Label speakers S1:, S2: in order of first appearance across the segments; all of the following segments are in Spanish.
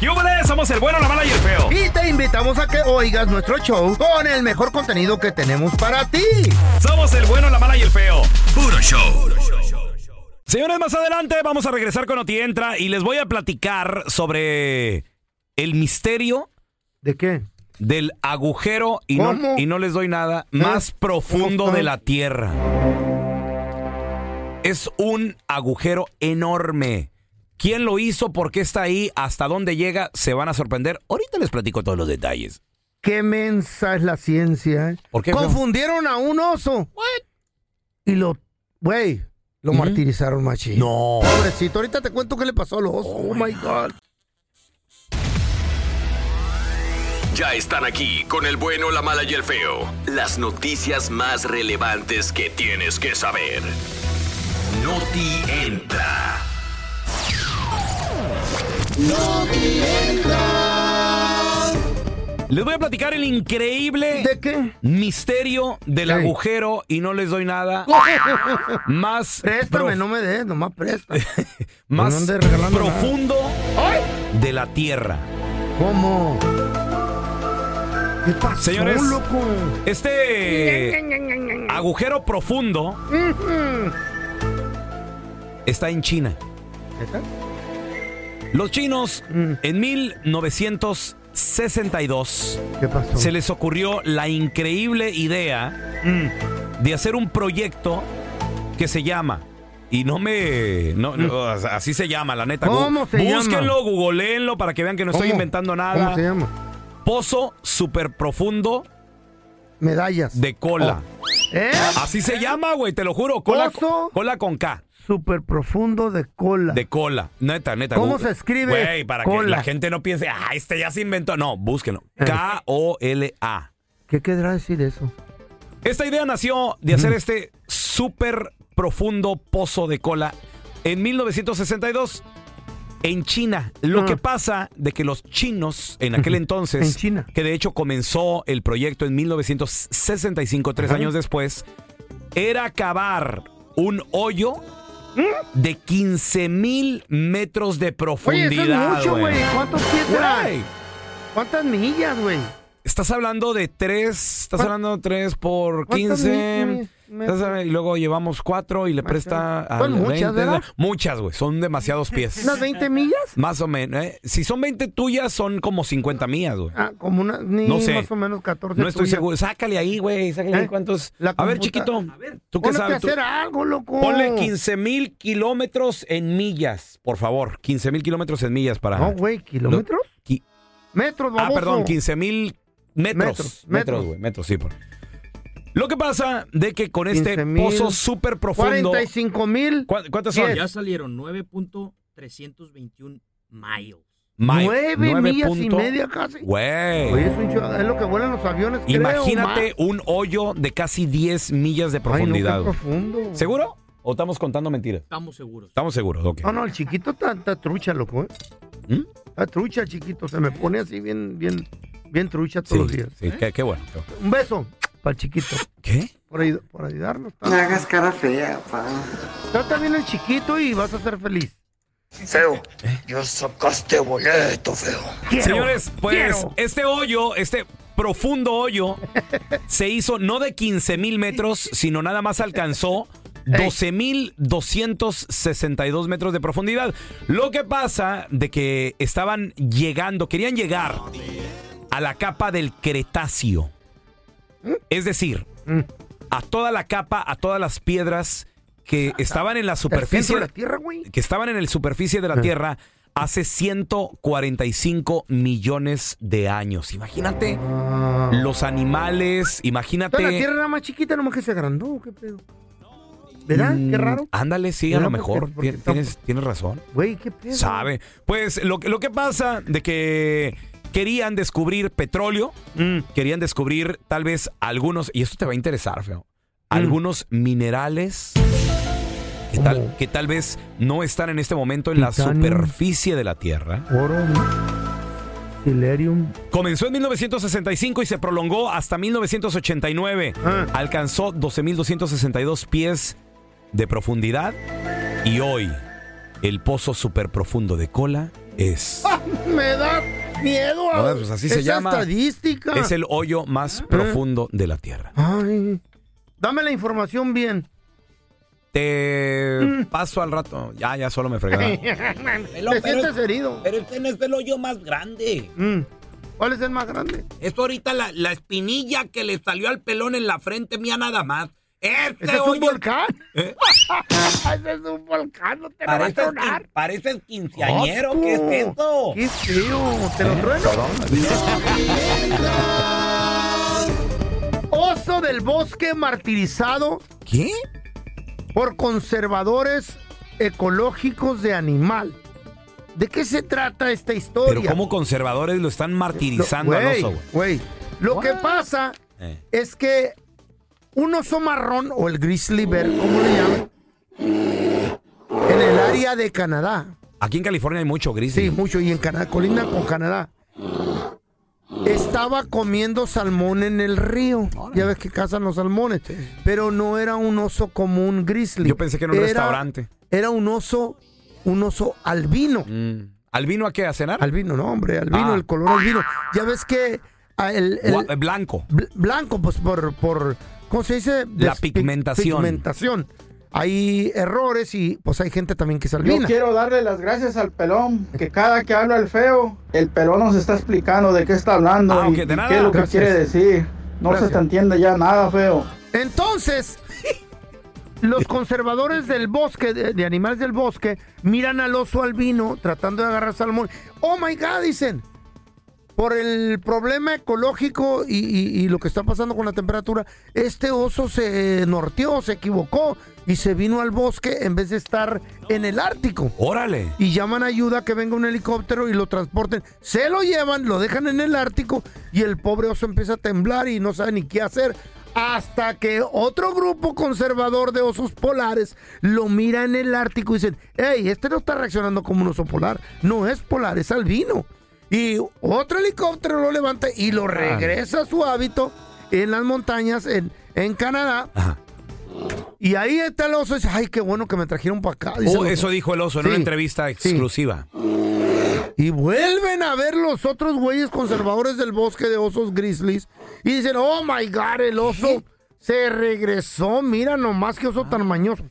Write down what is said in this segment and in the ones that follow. S1: ¡Yúbales! Somos el bueno, la mala y el feo.
S2: Y te invitamos a que oigas nuestro show con el mejor contenido que tenemos para ti.
S1: Somos el bueno, la mala y el feo.
S3: Puro show.
S1: Señores, más adelante vamos a regresar con Otientra y les voy a platicar sobre el misterio
S2: ¿De qué?
S1: del agujero y, no,
S2: ¿Cómo? ¿Eh?
S1: y no les doy nada más profundo
S2: está?
S1: de la Tierra. Es un agujero enorme. ¿Quién lo hizo? ¿Por qué está ahí? ¿Hasta dónde llega? Se van a sorprender. Ahorita les platico todos los detalles.
S2: Qué mensa es la ciencia. ¿eh?
S1: ¿Por qué, feo?
S2: Confundieron a un oso. Y lo, güey, lo
S1: Ujú.
S2: martirizaron machín.
S1: No.
S2: Pobrecito, ahorita te cuento qué le pasó al oso. Oh, my God.
S3: Ya están aquí con el bueno, la mala y el feo. Las noticias más relevantes que tienes que saber. Noti entra.
S1: Les voy a platicar el increíble
S2: ¿De qué?
S1: misterio del
S2: Ey.
S1: agujero y no les doy nada más,
S2: Préstame,
S1: prof-
S2: no me des, nomás préstame.
S1: más
S2: no andes regalando nada.
S1: profundo de la Tierra.
S2: ¿Cómo? ¿Qué pasó,
S1: Señores.
S2: loco?
S1: Este agujero profundo está en China.
S2: ¿Neta?
S1: Los chinos
S2: Mm.
S1: en 1962
S2: ¿Qué pasó?
S1: se les ocurrió la increíble idea
S2: Mm.
S1: de hacer un proyecto que se llama y no me no, no, así se llama la neta
S2: Mm. ¿Cómo
S1: Gu-
S2: se llama?
S1: búsquenlo googleenlo para que vean que no estoy
S2: ¿Cómo?
S1: inventando
S2: ¿Cómo se
S1: nada
S2: llama?
S1: pozo super profundo
S2: Medallas.
S1: de cola
S2: ¿Eh?
S1: así se llama güey te lo juro cola
S2: Pozo.
S1: cola con k
S2: Súper profundo de cola.
S1: de cola, neta, neta.
S2: ¿Cómo
S1: Gu-
S2: se escribe
S1: Güey, para que
S2: cola? Eh.
S1: la gente no piense, ah, este ya se inventó. No, búsquenlo. K-O-L-A.
S2: ¿Qué querrá decir eso?
S1: Esta idea nació de hacer este súper profundo pozo de cola en 1962 en China. Lo
S2: Ah.
S1: que pasa de que los chinos en aquel entonces,
S2: En China.
S1: que de hecho comenzó el proyecto en 1965, tres
S2: Ajá.
S1: años después, era cavar un hoyo de 15 mil metros de
S2: ¿Mm? Oye, eso es
S1: profundidad.
S2: mucho,
S1: güey.
S2: güey. ¿Cuántos pies será?
S1: Güey,
S2: ¿Cuántas millas, güey?
S1: Estás hablando de 3, estás
S2: ¿Cuán-
S1: hablando de 3 por
S2: ¿Cuántos
S1: 15.
S2: mi- mi-
S1: estás a- y luego llevamos 4 y le presta a
S2: Son muchas,
S1: 20,
S2: ¿verdad?
S1: Muchas, güey, son demasiados pies.
S2: ¿Unas 20 millas?
S1: Más o menos, ¿eh? Si son 20 tuyas, son como 50 mías, güey.
S2: Ah, como una, ni
S1: No sé.
S2: más o menos 14
S1: No estoy
S2: tuyas.
S1: seguro. Sácale ahí, güey. Sácale ahí
S2: ¿Eh?
S1: cuántos.
S2: La
S1: A ver,
S2: computa-
S1: chiquito. ¿Tú qué
S2: Ponle que
S1: sabes? Tú-
S2: hacer algo, loco.
S1: Ponle 15 mil kilómetros en millas, por favor. 15 mil kilómetros en millas para.
S2: No, güey, ¿kilómetros?
S1: Qui-
S2: Metros,
S1: Ah,
S2: baboso.
S1: perdón, 15 mil metros.
S2: Metros,
S1: Metros,
S2: metros.
S1: güey, metros, sí. por- Lo que pasa de que con este
S2: 15,000,
S1: pozo súper profundo...
S2: 45 mil.
S1: ¿Cuá- ¿Cuántas son?
S4: Ya salieron 9.321 miles.
S1: Ma-
S2: Nueve
S1: nueve
S2: millas y
S1: punto-
S2: media casi.
S1: Güey.
S2: Oye, es, un chua- es lo que vuelan los aviones, creo,
S1: Imagínate
S2: ma.
S1: un hoyo de casi 10 millas de profundidad.
S2: Ay, no,
S1: güey.
S2: qué profundo.
S1: ¿Seguro? ¿O estamos contando mentiras?
S4: Estamos seguros.
S1: Estamos seguros, ok.
S2: No, no, el chiquito está, está trucha, loco, ¿eh?
S1: ¿Mm?
S2: Está trucha, chiquito. Se me pone así bien, bien, bien trucha
S1: Sí,
S2: todos los días.
S1: sí, qué, qué bueno. qué bueno.
S2: Un beso para el chiquito.
S1: ¿Qué?
S2: Por, ayu- por ayudarnos.
S5: No
S2: Trata
S5: hagas cara fea, pa.
S2: trata bien al chiquito y vas a ser feliz.
S5: Feo, yo sacaste boleto, feo.
S1: Señores, pues
S2: quiero.
S1: este hoyo, este profundo hoyo, se hizo no de 15 mil metros, sino nada más alcanzó 12 mil 262 metros de profundidad. Lo que pasa de que estaban llegando, querían llegar a la capa del Cretáceo. Es decir,
S2: Mm.
S1: a toda la capa, a todas las piedras que estaban en la
S2: El centro
S1: superficie
S2: de la tierra, güey.
S1: que estaban en la superficie de la Tierra hace 145 millones de años. Imagínate
S2: Ah.
S1: los animales, imagínate.
S2: Toda la tierra era más chiquita, nomás que se agrandó, qué pedo. ¿Verdad?
S1: Mm,
S2: qué raro.
S1: Ándale, sí, a
S2: ¿Verdad?
S1: lo mejor.
S2: Porque- porque
S1: Tien- Tienes, tienes razón.
S2: Güey, qué pedo.
S1: Sabe. Pues lo, que- lo que pasa de que querían descubrir petróleo,
S2: Mm.
S1: querían descubrir tal vez algunos, y esto te va a interesar, feo,
S2: Mm.
S1: algunos minerales que tal,
S2: ¿Cómo?
S1: que tal vez no están en este momento en la
S2: Titanio.
S1: superficie de la Tierra.
S2: Oro, silerium.
S1: Comenzó en 1965 y se prolongó hasta 1989.
S2: Ah.
S1: Alcanzó 12.262 pies de profundidad. Y hoy, el pozo superprofundo de cola es.
S2: Ah, Me da miedo.
S1: Ah, pues así se
S2: esa
S1: llama.
S2: estadística.
S1: Es el hoyo
S2: Ah.
S1: más profundo de la Tierra.
S2: Ay, dame la información bien. Mm.
S1: Te paso al rato. Ya, ya solo me fregaron.
S2: Te Ah. sientes herido.
S4: Pero este no es el hoyo más grande.
S2: Mm. ¿Cuál es el más grande?
S4: Es ahorita la, la espinilla que le salió al pelón en la frente mía nada más. Este
S2: ¿Ese es un
S4: hoyo
S2: volcán? Ese es un volcán, no te lo va a
S4: parece,
S2: tronar.
S4: parece quinceañero.
S2: Asco.
S4: ¿Qué es esto?
S2: ¡Qué feo! ¡Te lo trueno! Oso del bosque martirizado
S1: ¿Qué?
S2: por conservadores ecológicos de animal. ¿De qué se trata esta historia?
S1: Pero como conservadores lo están martirizando
S2: Lo-
S1: al
S2: güey,
S1: oso, güey.
S2: güey. Lo
S1: What?
S2: que pasa
S1: Eh.
S2: es que un oso marrón o el grizzly bear, ¿cómo le llaman? En el área de Canadá.
S1: Aquí en California hay mucho gris.
S2: Sí, mucho. Y en Canadá, colinda con Canadá. Estaba comiendo salmón en el río. Ya ves que cazan los salmones. Pero no era un oso común grizzly.
S1: Yo pensé que era un restaurante.
S2: Era un oso, un oso albino.
S1: Mm. ¿Albino a qué? ¿A cenar?
S2: Albino, no, hombre, albino,
S1: Ah.
S2: el color albino. Ya ves que ah, el, el
S1: Gua- eh, Blanco.
S2: bl- blanco, pues por, por, ¿cómo se dice?
S1: La
S2: Despi-
S1: pigmentación.
S2: Pigmentación. Hay errores y pues hay gente también que es
S6: Yo
S2: albina.
S6: quiero darle las gracias al pelón, que cada que habla el feo, el pelón nos está explicando de qué está hablando
S1: Ah,
S6: y,
S1: ok, de
S6: y
S1: nada.
S6: qué es lo que
S2: Gracias.
S6: quiere decir. No
S2: Gracias.
S6: se te entiende ya nada, feo.
S2: Entonces, los conservadores del bosque, de, de animales del bosque, miran al oso albino tratando de agarrar salmón. Oh my God, dicen. Por el problema ecológico y, y- y lo que está pasando con la temperatura, este oso se norteó, se equivocó y se vino al bosque en vez de estar en el Ártico.
S1: Órale.
S2: Y llaman ayuda a que venga un helicóptero y lo transporten. Se lo llevan, lo dejan en el Ártico y el pobre oso empieza a temblar y no sabe ni qué hacer. Hasta que otro grupo conservador de osos polares lo mira en el Ártico y dicen, hey, este no está reaccionando como un oso polar. No es polar, es albino. Y otro helicóptero lo levanta y lo regresa a su hábito en las montañas en, en Canadá.
S1: Ajá.
S2: Y ahí está el oso y dice, ay, qué bueno que me trajeron para acá. dice el
S1: Oh,
S2: oso.
S1: eso dijo el oso en
S2: Sí.
S1: una entrevista
S2: Sí.
S1: exclusiva.
S2: Y vuelven a ver los otros güeyes conservadores del bosque de osos grizzlies. Y dicen, oh my God, el oso se regresó. Mira nomás qué oso tan mañoso.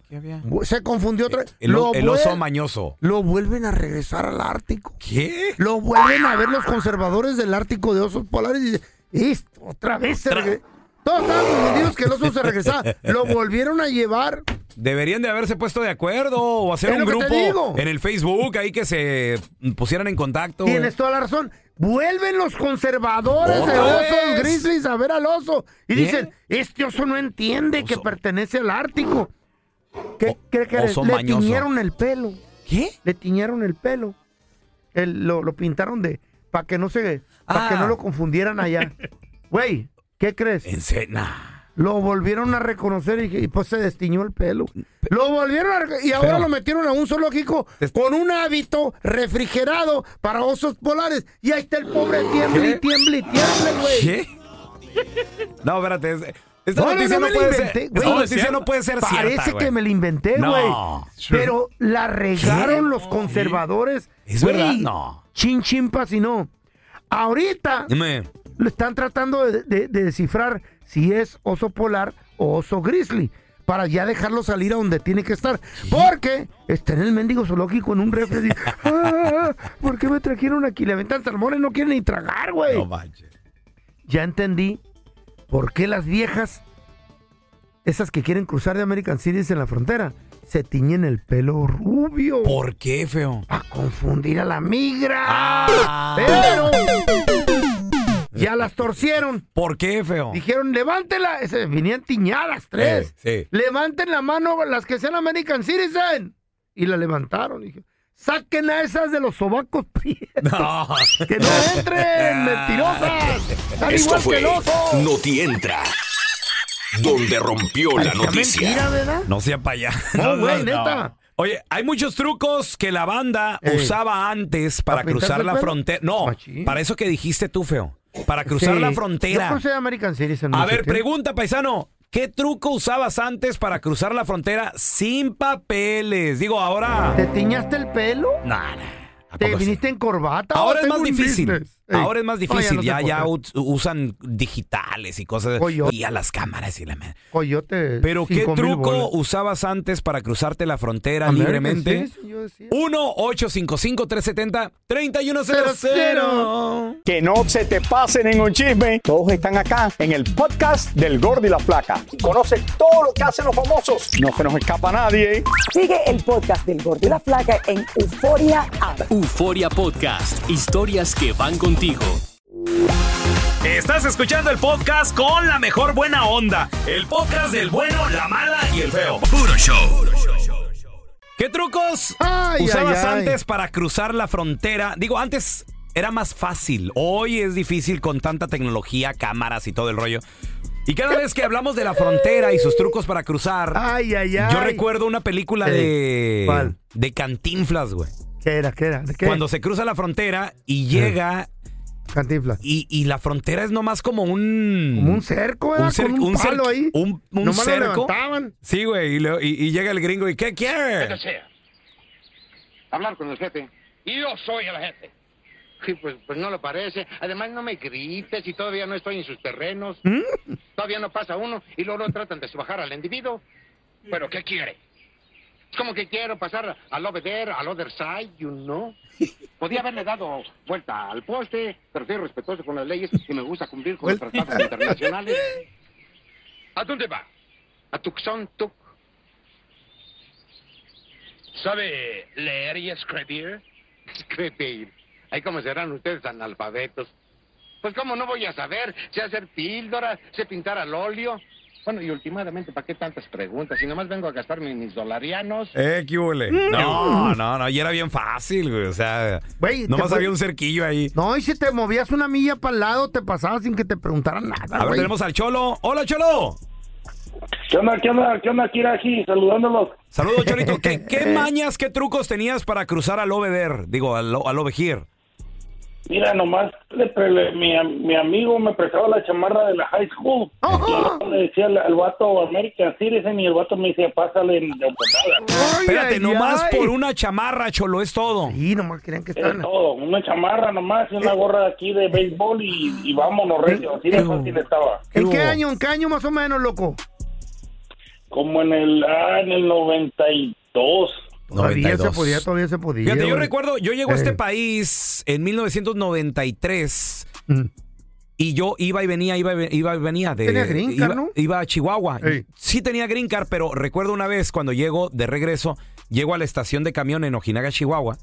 S2: Bu- Se confundió otra vez.
S1: El,
S2: Lo
S1: el oso
S2: vuel-
S1: mañoso.
S2: Lo vuelven a regresar al Ártico.
S1: ¿Qué?
S2: Lo vuelven a ver los conservadores del Ártico de osos polares. Y dicen, "Esto, otra vez se
S1: Otra.
S2: regresó. Todos estaban confundidos que el oso se regresaba. Lo volvieron a llevar.
S1: Deberían de haberse puesto de acuerdo o hacer
S2: Es
S1: un
S2: lo que te
S1: grupo
S2: digo.
S1: en el Facebook ahí que se pusieran en contacto. güey.
S2: Tienes toda la razón. Vuelven los conservadores de
S1: ¿Otra
S2: osos
S1: vez?
S2: grizzlies a ver al oso. Y
S1: Bien.
S2: dicen, este oso no entiende que pertenece al Ártico. ¿Qué
S1: O-
S2: cree que
S1: oso
S2: le
S1: mañoso.
S2: tiñeron el pelo?
S1: ¿Qué?
S2: Le tiñeron el pelo. El- lo, lo pintaron de... Para que no se... Para
S1: Ah.
S2: que no lo confundieran allá. Güey, ¿qué crees?
S1: En cena.
S2: Lo volvieron a reconocer y, y, pues se destiñó el pelo. Lo volvieron a rec- y ahora
S1: Pero-
S2: lo metieron a un zoológico
S1: Des-
S2: con un hábito refrigerado para osos polares. Y ahí está el pobre tiemble y
S1: ¿Qué?
S2: tiemble y tiemble, güey.
S1: ¿Qué? No, espérate. es- Esta
S2: No, no, no
S1: noticia no,
S2: me la
S1: puede
S2: inventé,
S1: ser.
S2: güey.
S1: Esta noticia no puede ser
S2: Parece
S1: cierta,
S2: que
S1: güey.
S2: me lo inventé,
S1: No. ¿eh?
S2: güey. Pero la regaron los conservadores.
S1: Es
S2: güey.
S1: verdad, no.
S2: Chin chimpas y no. Ahorita
S1: Dime.
S2: lo están tratando de, de- de descifrar si es oso polar o oso grizzly para ya dejarlo salir a donde tiene que estar. Porque está en el mendigo zoológico en un refri. así, "Ah, ¿Por qué me trajeron aquí? Le aventan salmones, no quieren ni tragar, güey.
S1: No manches.
S2: Ya entendí por qué las viejas, esas que quieren cruzar de American Cities en la frontera, se tiñen el pelo rubio.
S1: ¿Por qué, feo?
S2: Para confundir a la migra.
S1: Ah.
S2: Pero ya las torcieron.
S1: ¿Por qué, feo?
S2: Dijeron, levántela. Se venían tiñadas tres.
S1: Oh. Eh, sí.
S2: Levanten la mano las que sean American Citizen. Y la levantaron. Dije, saquen a esas de los sobacos prietos,
S1: No.
S2: que no entren, mentirosas. Están
S3: Esto
S2: igual que
S3: fue
S2: el oso.
S3: Noti Entra, donde rompió la
S2: Parecía
S3: noticia.
S2: mentira, ¿verdad?
S1: No sea para allá.
S2: No, güey, neta.
S1: Oye, hay muchos trucos que la banda
S2: Ey.
S1: usaba antes para
S2: ¿Para
S1: cruzar
S2: pintarse
S1: la
S2: el pelo?
S1: frontera. No,
S2: Machín.
S1: para eso que dijiste tú, feo. Para cruzar
S2: Sí.
S1: la
S2: Yo
S1: frontera.
S2: crucé American Citizen.
S1: A
S2: mucho
S1: ver,
S2: tiempo.
S1: pregunta, paisano. ¿Qué truco usabas antes para cruzar la frontera sin papeles? Digo, ahora.
S2: ¿Te tiñaste el pelo?
S1: Nah, nah.
S2: ¿Te
S1: poco sí?
S2: viniste en corbata?
S1: Ahora es
S2: Tengo
S1: más
S2: un
S1: difícil.
S2: business. Ey.
S1: Ahora es más
S2: No,
S1: difícil.
S2: no se
S1: ya
S2: puede.
S1: ya ut- usan digitales y cosas.
S2: Coyote.
S1: Y a las cámaras y la madre.
S2: Coyote.
S1: Pero ¿qué
S2: 5,000
S1: truco
S2: bolas.
S1: usabas antes para cruzarte la frontera
S2: American,
S1: libremente?
S2: sí, sí, yo decía.
S1: 1-855-370-3100.
S7: Que no se te pase ningún chisme. Todos están acá en el podcast del Gordi y la Flaca. Y conoce todo lo que hacen los famosos. No se nos escapa nadie.
S8: Sigue el podcast del Gordo y la Flaca en Euforia App.
S9: Euforia Podcast, historias que van contigo.
S1: Estás escuchando el podcast con la mejor buena onda. El podcast del bueno, la mala y el feo.
S3: Puro show.
S1: ¿Qué trucos
S2: Ay,
S1: usabas
S2: ay, ay.
S1: antes para cruzar la frontera? Digo, antes era más fácil. Hoy es difícil con tanta tecnología, cámaras y todo el rollo. Y cada vez que hablamos de la frontera y sus trucos para cruzar,
S2: Ay, ay, ay.
S1: yo recuerdo una película
S2: Ey,
S1: de
S2: ¿cuál?
S1: de Cantinflas, güey.
S2: ¿Qué era? ¿Qué era? ¿De qué?
S1: Cuando se cruza la frontera y llega
S2: Cantinflas.
S1: y, y la frontera es nomás como un
S2: Como un cerco, ¿verdad?
S1: Mm. un cer-
S2: Con un,
S1: un cer-
S2: palo ahí.
S1: un- un
S2: Nomás lo
S1: cerco.
S2: levantaban.
S1: Sí, güey, y, lo- y- y llega el gringo y ¿qué quiere?
S10: Hablar con el jefe. Y yo soy el jefe. Sí, pues, pues no lo parece. Además, no me grites y todavía no estoy en sus terrenos. Todavía no pasa uno y luego lo tratan de bajar al individuo. ¿Pero qué quiere? Es como que quiero pasar al over there, al other side, you know. Podía haberle dado vuelta al poste, pero soy respetuoso con las leyes y me gusta cumplir con los tratados internacionales. ¿A dónde va? A Tucson, Tuc. ¿Sabe leer y escribir? Escribir. Ahí como serán ustedes analfabetos. Pues cómo no voy a saber, sé hacer píldoras, sé pintar al óleo. Bueno, y últimamente, ¿para qué tantas preguntas? Si nomás vengo a gastarme mis dolarianos.
S1: Eh, ¿qué hubole?
S2: Mm.
S1: No, no, no, y era bien fácil, güey, o sea,
S2: Güey, te
S1: nomás
S2: fue-
S1: había un cerquillo ahí.
S2: No, y si te movías una milla para el lado, te pasabas sin que te preguntaran nada.
S1: Ahora
S2: güey.
S1: tenemos al Cholo. Hola, Cholo.
S10: ¿Qué onda, qué onda, qué onda, Kira aquí? Saludándolos.
S1: Saludos, Cholito. ¿Qué, qué mañas, qué trucos tenías para cruzar al Obeder? Digo, al, al Ovejir.
S10: Mira, nomás le pre- le- mi, am- mi amigo me prestaba la chamarra de la high school.
S2: Ajá.
S10: Y yo le decía al, al vato American Citizen y el vato me decía, pásale en de botada.
S2: Ay,
S1: Espérate,
S2: ay,
S1: nomás
S2: ay.
S1: por una chamarra, Cholo, es todo.
S2: Sí, nomás querían que
S10: Es
S2: estaban.
S10: todo, una chamarra nomás y
S1: Eh.
S10: una gorra aquí de béisbol y, y vámonos, recio. Así de
S2: Pero-
S10: fácil estaba.
S2: ¿En
S1: hubo?
S2: qué año? ¿En qué año más o menos, loco?
S10: Como en el, ah, en el 92.
S2: Todavía
S1: 92.
S2: se podía, todavía se podía.
S1: Fíjate, yo
S2: güey.
S1: recuerdo, yo llego a este
S2: Eh.
S1: país en 1993
S2: Mm.
S1: y yo iba y venía, iba y, ve- iba y venía. De,
S2: Tenía green card,
S1: iba,
S2: ¿no?
S1: iba a Chihuahua.
S2: Ey.
S1: Sí tenía green card, pero recuerdo una vez cuando llego de regreso, llego a la estación de camión en Ojinaga, Chihuahua,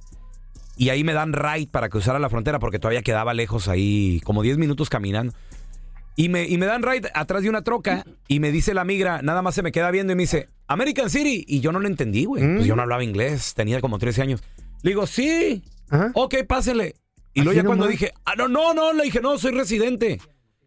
S1: y ahí me dan ride para cruzar a la frontera porque todavía quedaba lejos ahí, como 10 minutos caminando. Y me, y me dan ride atrás de una troca y me dice la migra, nada más se me queda viendo y me dice, American City. Y yo no lo entendí, güey. Pues
S2: Mm.
S1: yo no hablaba inglés, tenía como 13 años. Le digo, sí,
S2: Ajá.
S1: ok, pásenle. Y luego
S2: Así
S1: ya cuando
S2: nomás.
S1: dije, ah, no, no, no, le dije, no, soy residente.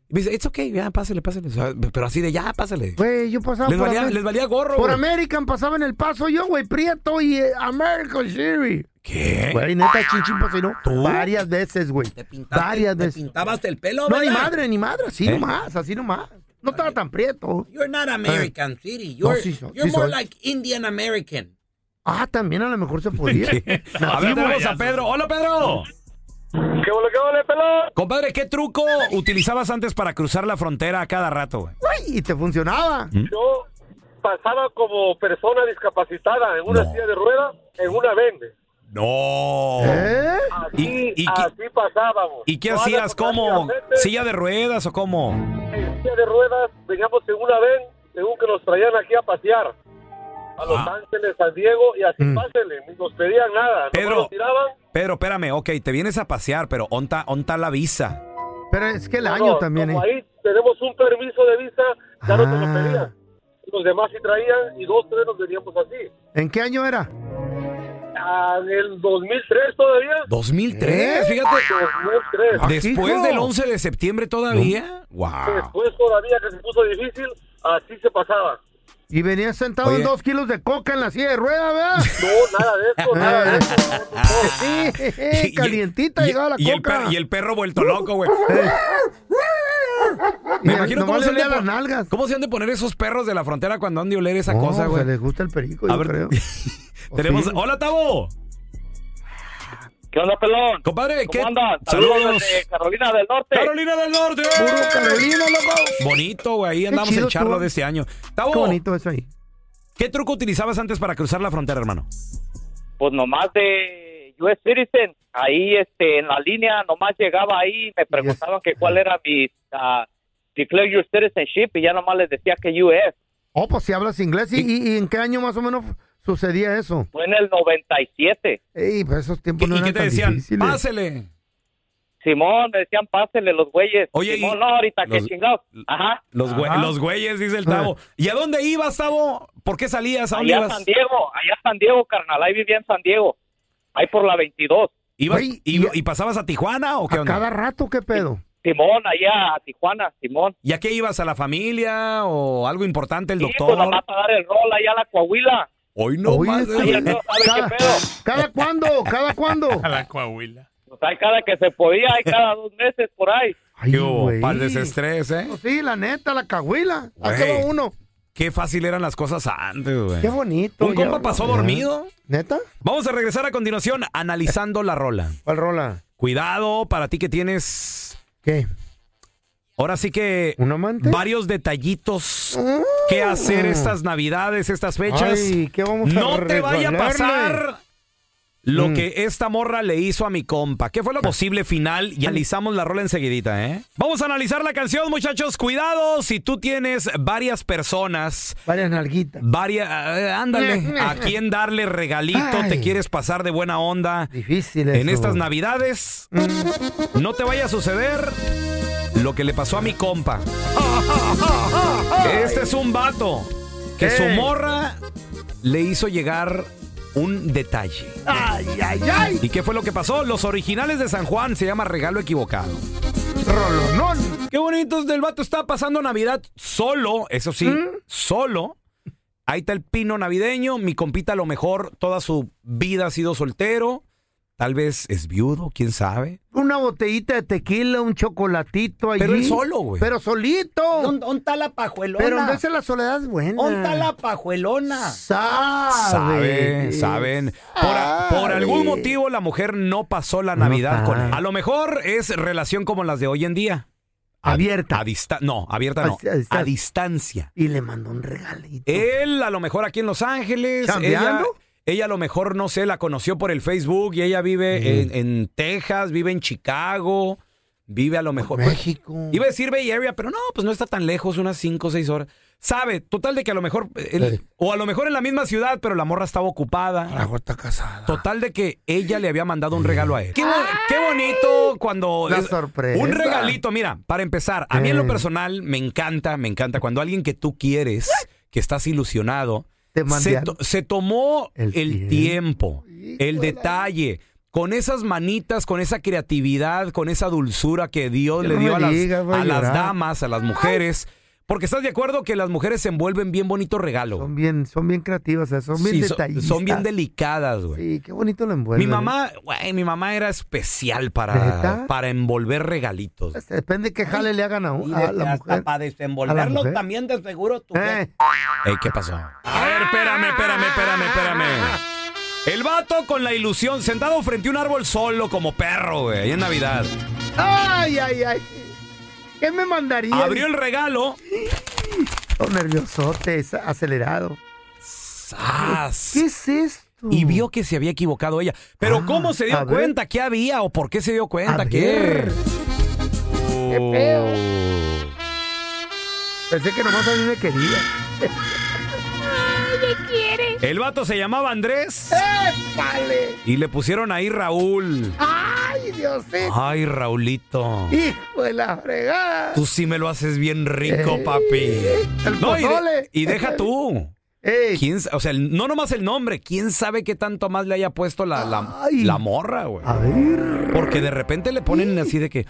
S1: Y me dice, it's okay, ya, pásele, pásele. O sea, pero así de ya, pásele.
S2: Güey, yo pasaba
S1: Les
S2: por,
S1: valía,
S2: Amer-
S1: les valía gorro.
S2: por
S1: güey.
S2: American, pasaba en el paso yo, güey, Prieto y eh, American Sherry.
S1: ¿Qué?
S2: Güey, neta, chinchín no
S1: Eh. ¿Tú?
S2: Varias veces, güey.
S4: Te pintaste-
S2: Varias
S4: te
S2: veces.
S4: pintabas el pelo,
S2: No, ni
S4: ¿verdad?
S2: madre, ni madre, así
S1: ¿Eh?
S2: nomás, así nomás. No estaba tan prieto.
S4: You're not American City. You're,
S2: Eh. sí soy,
S4: you're
S2: sí
S4: more
S2: soy.
S4: like Indian American.
S2: Ah, también a lo mejor se podía.
S1: A ver, tenemos a Pedro. Hola, Pedro.
S10: ¿Qué huele, qué huele, pelón?
S1: Compadre, ¿qué truco utilizabas antes para cruzar la frontera a cada rato, güey?
S2: Güey, y te funcionaba.
S10: Yo pasaba como persona discapacitada en una
S1: No.
S10: silla de ruedas, en una vende.
S1: No.
S2: ¿Eh?
S10: Así,
S1: ¿Y- y qué-
S10: así pasábamos.
S1: ¿Y qué
S10: No
S1: hacías?
S10: andas con
S1: ¿Cómo?
S10: nadie, vete,
S1: ¿Silla de ruedas o cómo?
S10: En silla de ruedas veníamos en una ven, según que nos traían aquí a pasear. A Los
S1: Ah.
S10: Ángeles, San Diego, y así
S2: Mm.
S10: pásenle. Ni nos pedían nada. nomás
S1: Pedro.
S10: nos tiraban.
S1: Pedro, espérame, ok, te vienes a pasear, pero onta, onta la visa.
S2: Pero es que el
S10: No,
S2: año
S10: no,
S2: también, eh.
S10: como Ahí tenemos un permiso de visa, ya no te lo
S2: Ah.
S10: pedían. Los demás sí traían, y dos, tres nos veníamos así.
S2: ¿En qué año era?
S10: Ah, En el 2003 todavía.
S1: 2003,
S2: ¿Eh?
S1: fíjate.
S10: 2003.
S2: Ah,
S1: Después
S2: hijo.
S1: del 11 de septiembre todavía. Wow.
S10: Después todavía que se puso difícil, así se pasaba.
S2: Y venía sentado
S1: Oye.
S2: en dos kilos de coca en la silla de ruedas, ¿verdad? Eh.
S10: No, nada de eso, nada de eso. no, no, no.
S2: sí, Eh, calientita
S1: y-
S2: llegaba la
S1: y el
S2: coca. Uh,
S1: perro- y el perro vuelto loco, güey. Me
S2: Mira,
S1: imagino
S2: uh, nomás
S1: cómo
S2: le
S1: se, han de
S2: olía las
S1: pon-
S2: nalgas.
S1: cómo se han de poner esos perros de la frontera cuando han de oler esa
S2: No,
S1: cosa, güey.
S2: Se les gusta el perico,
S1: A
S2: yo
S1: ver,
S2: creo.
S1: tenemos.
S2: sí.
S1: ¡Hola, Tavo!
S11: ¿Qué onda, pelón?
S1: Compadre, ¿qué?
S11: ¿Cómo andas?
S1: Saludos.
S11: desde Carolina del Norte.
S1: Carolina del Norte. eh.
S11: Puro Carolina, loco.
S1: Bonito, güey. Ahí
S11: Qué
S1: andamos
S11: chido
S1: en charla
S11: estuvo.
S1: de este año. Tavo,
S2: Qué bonito eso ahí.
S1: ¿Qué truco utilizabas antes para cruzar la frontera, hermano?
S11: Pues nomás de US Citizen, ahí este, en la línea, nomás llegaba ahí, me preguntaban que cuál era mi ah, Declare Your Citizenship y ya nomás les decía que US.
S2: Oh, pues si hablas inglés. ¿Y, y- y en qué año más o menos sucedía eso?
S11: Fue en el 97.
S2: Ey, pues esos tiempos no
S11: ¿Y
S2: eran
S11: qué te
S2: tan
S11: decían?
S2: difíciles.
S1: Pásele.
S11: Simón, me decían, pásele los güeyes.
S1: Oye,
S11: Simón,
S1: y-
S11: no, ahorita que
S1: los-
S11: chingados. Ajá.
S1: Los, güe-
S11: Ajá.
S1: los güeyes, dice el Tavo.
S2: Eh.
S1: ¿Y a dónde ibas, Tavo? ¿Por qué salías? ¿A dónde
S11: Allá
S1: ibas?
S11: San Diego, allá San Diego, carnal, ahí vivía en San Diego. Ahí por la 22.
S1: ¿Ibas- y, y pasabas a Tijuana o qué onda? Eh,
S2: Cada rato, ¿qué pedo?
S11: Simón, allá a Tijuana, Simón.
S1: ¿Y a qué ibas? ¿A la familia o algo importante, el
S11: Sí, pues nomás
S1: doctor?
S11: a dar el rol allá a la Coahuila.
S1: Hoy no
S11: Oye,
S1: más.
S11: Ahí no sabe qué pedo.
S2: ¿Cada cuándo? ¿Cada cuándo?
S1: la Coahuila.
S11: Pues hay cada que se podía, hay cada dos meses por ahí.
S1: Qué hubo, par de desestrés, ¿eh?
S2: Pues sí, la neta, la cahuila. Ahí te
S1: Güey.
S2: va uno.
S1: Qué fácil eran las cosas antes, güey.
S2: Qué bonito.
S1: Un
S2: ya.
S1: compa pasó
S2: Ya.
S1: dormido.
S2: ¿Neta?
S1: Vamos a regresar a continuación analizando la rola.
S2: ¿Cuál rola?
S1: Cuidado para ti que tienes.
S2: ¿Qué?
S1: Ahora sí que. Varios detallitos que hacer estas navidades, estas fechas.
S2: Ah. Ay, ¿qué vamos a
S1: no te vaya a
S2: regalarle?
S1: pasar lo
S2: Mm.
S1: que esta morra le hizo a mi compa. ¿Qué fue lo posible final? Y analizamos la rola enseguidita, ¿eh? Vamos a analizar la canción, muchachos. Cuidado si tú tienes varias personas.
S2: Varias nalguitas.
S1: Varias. eh, ándale. ¿A quién darle regalito?
S2: Mm, Ay.
S1: ¿Te quieres pasar de buena onda?
S2: Difícil
S1: En
S2: eso.
S1: estas navidades. No te vaya a suceder lo que le pasó a mi compa. Este es un vato que
S2: ¿Qué?
S1: su morra le hizo llegar un detalle.
S2: ¡Ay, ay, ay!
S1: ¿Y qué fue lo que pasó? Los originales de San Juan se llama Regalo Equivocado.
S2: ¡Rolonón!
S1: Qué bonito es del vato. Está pasando Navidad solo, eso sí,
S2: ¿Mm?
S1: solo. Ahí está el pino navideño. Mi compita, a lo mejor toda su vida ha sido soltero. Tal vez es viudo, quién sabe.
S2: Una botellita de tequila, un chocolatito ahí.
S1: Pero él solo, güey.
S2: Pero solito.
S4: ¿Dónde la pajuelona?
S2: Pero a veces la soledad es buena.
S4: ¿Dónde la pajuelona?
S1: Saben,
S2: Sabe.
S1: saben. Por, a- por algún motivo la mujer no pasó la Navidad con él. A lo mejor es relación como las de hoy en día.
S2: Abierta.
S1: A dista- no, abierta
S2: A-
S1: no.
S2: a distancia.
S1: A distancia.
S2: Y le mandó un regalo.
S1: Él a lo mejor aquí en Los Ángeles. Ella,
S2: ¿Chambeando?
S1: ella a lo mejor, no sé, la conoció por el Facebook y ella vive
S2: Mm.
S1: en, en Texas, vive en Chicago, vive a lo mejor. pues,
S2: México.
S1: Iba a decir Bay Area, pero no, pues no está tan lejos, unas 5 o 6 horas. Sabe, total de que a lo mejor, él- o a lo mejor en la misma ciudad, pero la morra estaba ocupada.
S2: está casada.
S1: Total de que ella le había mandado un regalo a él. Qué, bo- qué bonito cuando...
S2: La
S1: es-
S2: sorpresa.
S1: Un regalito, mira, para empezar, a mí en lo
S2: Eh.
S1: personal me encanta, me encanta cuando alguien que tú quieres, que estás ilusionado,
S2: Te mande
S1: se,
S2: algo.
S1: to- se tomó el, tiempo, el detalle, con esas manitas, con esa creatividad, con esa dulzura que Dios
S2: Ya
S1: le
S2: no
S1: dio
S2: me
S1: a, las,
S2: digas, voy a
S1: a las
S2: llorar.
S1: damas, a las mujeres. Porque estás de acuerdo que las mujeres se envuelven bien bonito regalo.
S2: Son bien, son bien creativas, o sea, son bien
S1: Sí, son-
S2: detallistas.
S1: son bien delicadas, güey.
S2: Sí, qué bonito lo envuelven.
S1: Mi mamá, güey, mi mamá era especial para,
S2: ¿Neta?
S1: para envolver regalitos.
S2: ¿eh? Depende qué jale le hagan a,
S1: Y
S2: a
S1: de-
S2: ah, la
S1: hasta
S2: mujer.
S1: para
S2: A la
S1: desenvolverlo
S2: mujer.
S1: también de seguro tú.
S2: Eh.
S1: Ey, ¿Qué pasó? A ver, espérame, espérame, espérame, espérame. El vato con la ilusión, sentado frente a un árbol solo como perro, güey, ahí en Navidad.
S2: Ay, ay, ay. ¿Qué me mandaría?
S1: Abrió el regalo.
S2: Todo nerviosote, es acelerado.
S1: ¡zas!
S2: ¿Qué es esto?
S1: Y vio que se había equivocado ella. Pero ¿cómo se
S2: Ah, a
S1: dio
S2: ver.
S1: cuenta? ¿Qué había? ¿O por qué se dio cuenta?
S2: A
S1: ¿Qué?
S2: ver. Pensé que nomás a mí me quería.
S12: ¿Qué quiere?
S1: El vato se llamaba Andrés
S2: ¡Vale!
S1: y le pusieron ahí Raúl.
S2: ¡Ay, Diosito!
S1: Ay, Raulito.
S2: ¡Hijo de la fregada!
S1: Tú sí me lo haces bien rico, papi. No, y, de-
S2: Eh, pozole.
S1: y deja tú. ¿Quién sa- o sea, el- no nomás el nombre, quién sabe qué tanto más le haya puesto la, la, la morra, güey. A
S2: ver.
S1: Porque de repente le ponen así de que,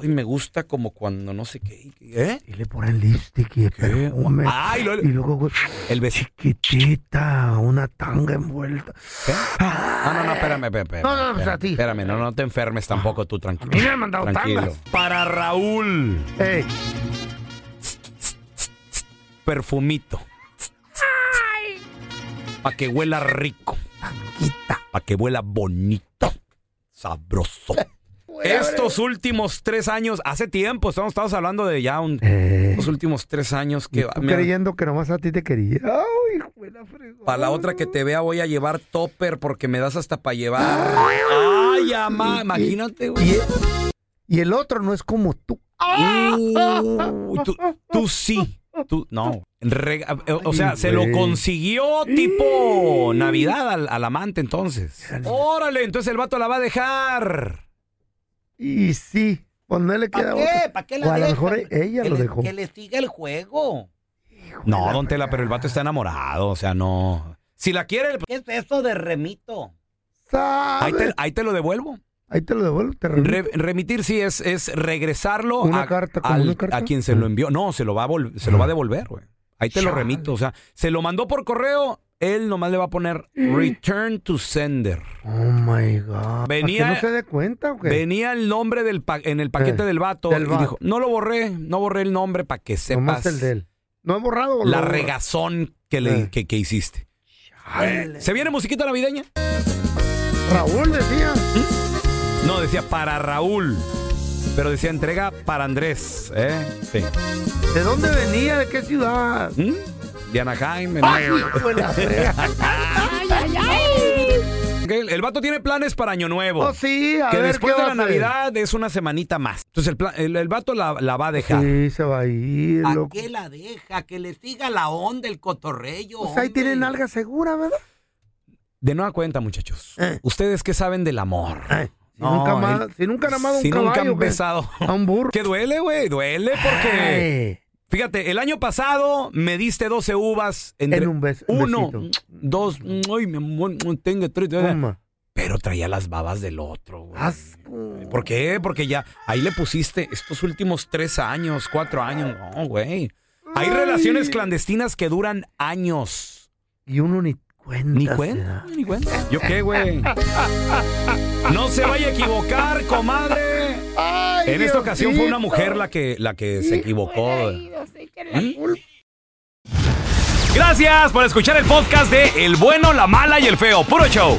S1: ay, me gusta como cuando no sé qué. ¿Eh?
S2: Y le ponen lipstick y perfume.
S1: Ay, lo-
S2: y luego güey,
S1: El beso.
S2: chiquitita, una tanga envuelta.
S1: Ah, no, no, espérame, espérame.
S2: No, no, pues, a
S1: espérame,
S2: ti.
S1: espérame, no, no te enfermes tampoco tú, tranquilo.
S2: A mí me han mandado
S1: Tranquilo.
S2: tangas.
S1: Para Raúl,
S2: Ey,
S1: perfumito. Para que huela rico. Para que huela bonito. sabroso. Estos últimos tres años, hace tiempo, estamos, estamos hablando de ya un, los últimos tres años Eh, que...
S2: Eh. Tú
S1: mira,
S2: creyendo que nomás a ti te quería.
S1: Para la otra que te vea voy a llevar topper porque me das hasta para llevar.
S2: Ah.
S1: Ay, ama, imagínate, güey.
S2: e, Y el otro no es como tú.
S1: Uy, tú, tú sí. Tú, no. Re- eh, o- o sea,
S2: Ay,
S1: se lo
S2: güey.
S1: consiguió tipo Navidad al, al amante entonces. Órale, entonces el vato la va a dejar.
S2: Y sí, pues no le queda
S1: qué?
S2: otra.
S1: ¿Pa qué
S2: O
S1: la
S2: a lo
S1: deja?
S2: mejor ella lo dejó.
S4: Que le siga el juego.
S1: No, don Tela, pero el vato está enamorado, o sea, no. Si la quiere,
S4: ¿Qué es eso de remito?
S1: ahí te, ahí te lo devuelvo.
S2: Ahí te lo devuelvo, te remito.
S1: Re- remitir sí es, es regresarlo
S2: Una
S1: a,
S2: carta, ¿como
S1: al-
S2: una carta? Mm. Ah.
S1: a quien se lo envió. No, se lo va a, vol- se lo va a devolver, güey. Ahí te lo remito. O sea, se lo mandó por correo, él nomás le va a poner
S2: Mm.
S1: return to sender.
S2: Oh my God.
S1: Venía-
S2: ¿A que no se dé cuenta o qué?
S1: Venía el nombre del pa- en el paquete
S2: Eh,
S1: del vato
S2: del
S1: y
S2: vato.
S1: dijo, no lo borré, no borré el nombre para que sepas
S2: Nomás el de él. No he borrado. o
S1: la
S2: lo borro?
S1: regazón que, le, que, que hiciste. Eh, ¿Se viene musiquita navideña?
S2: Raúl decía.
S1: No, decía para Raúl, pero decía entrega para Andrés. ¿eh? Sí. ¿Mm?
S2: ¿De dónde venía? ¿De qué ciudad?
S1: Diana Jaime.
S2: Ay, hijo de la fregada.
S1: El vato tiene planes para Año Nuevo.
S2: Oh, sí, a
S1: que
S2: ver,
S1: después
S2: ¿qué
S1: de
S2: va
S1: la
S2: a hacer?
S1: Navidad es una semanita más. Entonces el, pla- el- el vato la, la va a dejar.
S2: Sí, se va a ir,
S4: ¿A
S2: loco.
S4: qué la deja? Que le siga la onda, el cotorrello.
S2: Pues ahí
S4: hombre.
S2: tienen alga segura, ¿verdad?
S1: De nueva cuenta, muchachos.
S2: Eh.
S1: ¿Ustedes qué saben del amor?
S2: Si nunca ama-
S1: el-
S2: si Eh, nunca han amado a un
S1: si nunca
S2: caballo,
S1: han
S2: ¿qué?
S1: besado.
S2: A un burro.
S1: Que duele, güey, duele
S2: Eh.
S1: porque... Fíjate, el año pasado me diste 12 uvas entre
S2: En un beso. un
S1: uno,
S2: besito.
S1: dos, ay, mi amor, tenga tres,
S2: Toma.
S1: pero traía las babas del otro, güey.
S2: Asco.
S1: ¿Por qué? Porque ya ahí le pusiste estos últimos tres años, cuatro años. No, güey. Hay relaciones clandestinas que duran años.
S2: Y uno ni cuenta.
S1: Ni
S2: se
S1: cuenta,
S2: da.
S1: ni cuenta. ¿Yo qué, güey? No se vaya a equivocar, comadre.
S2: Ay,
S1: En
S2: Diosito.
S1: esta ocasión fue una mujer la que, la que se equivocó. ¿Mm? Gracias por escuchar el podcast de El bueno, la mala y el feo. Puro show.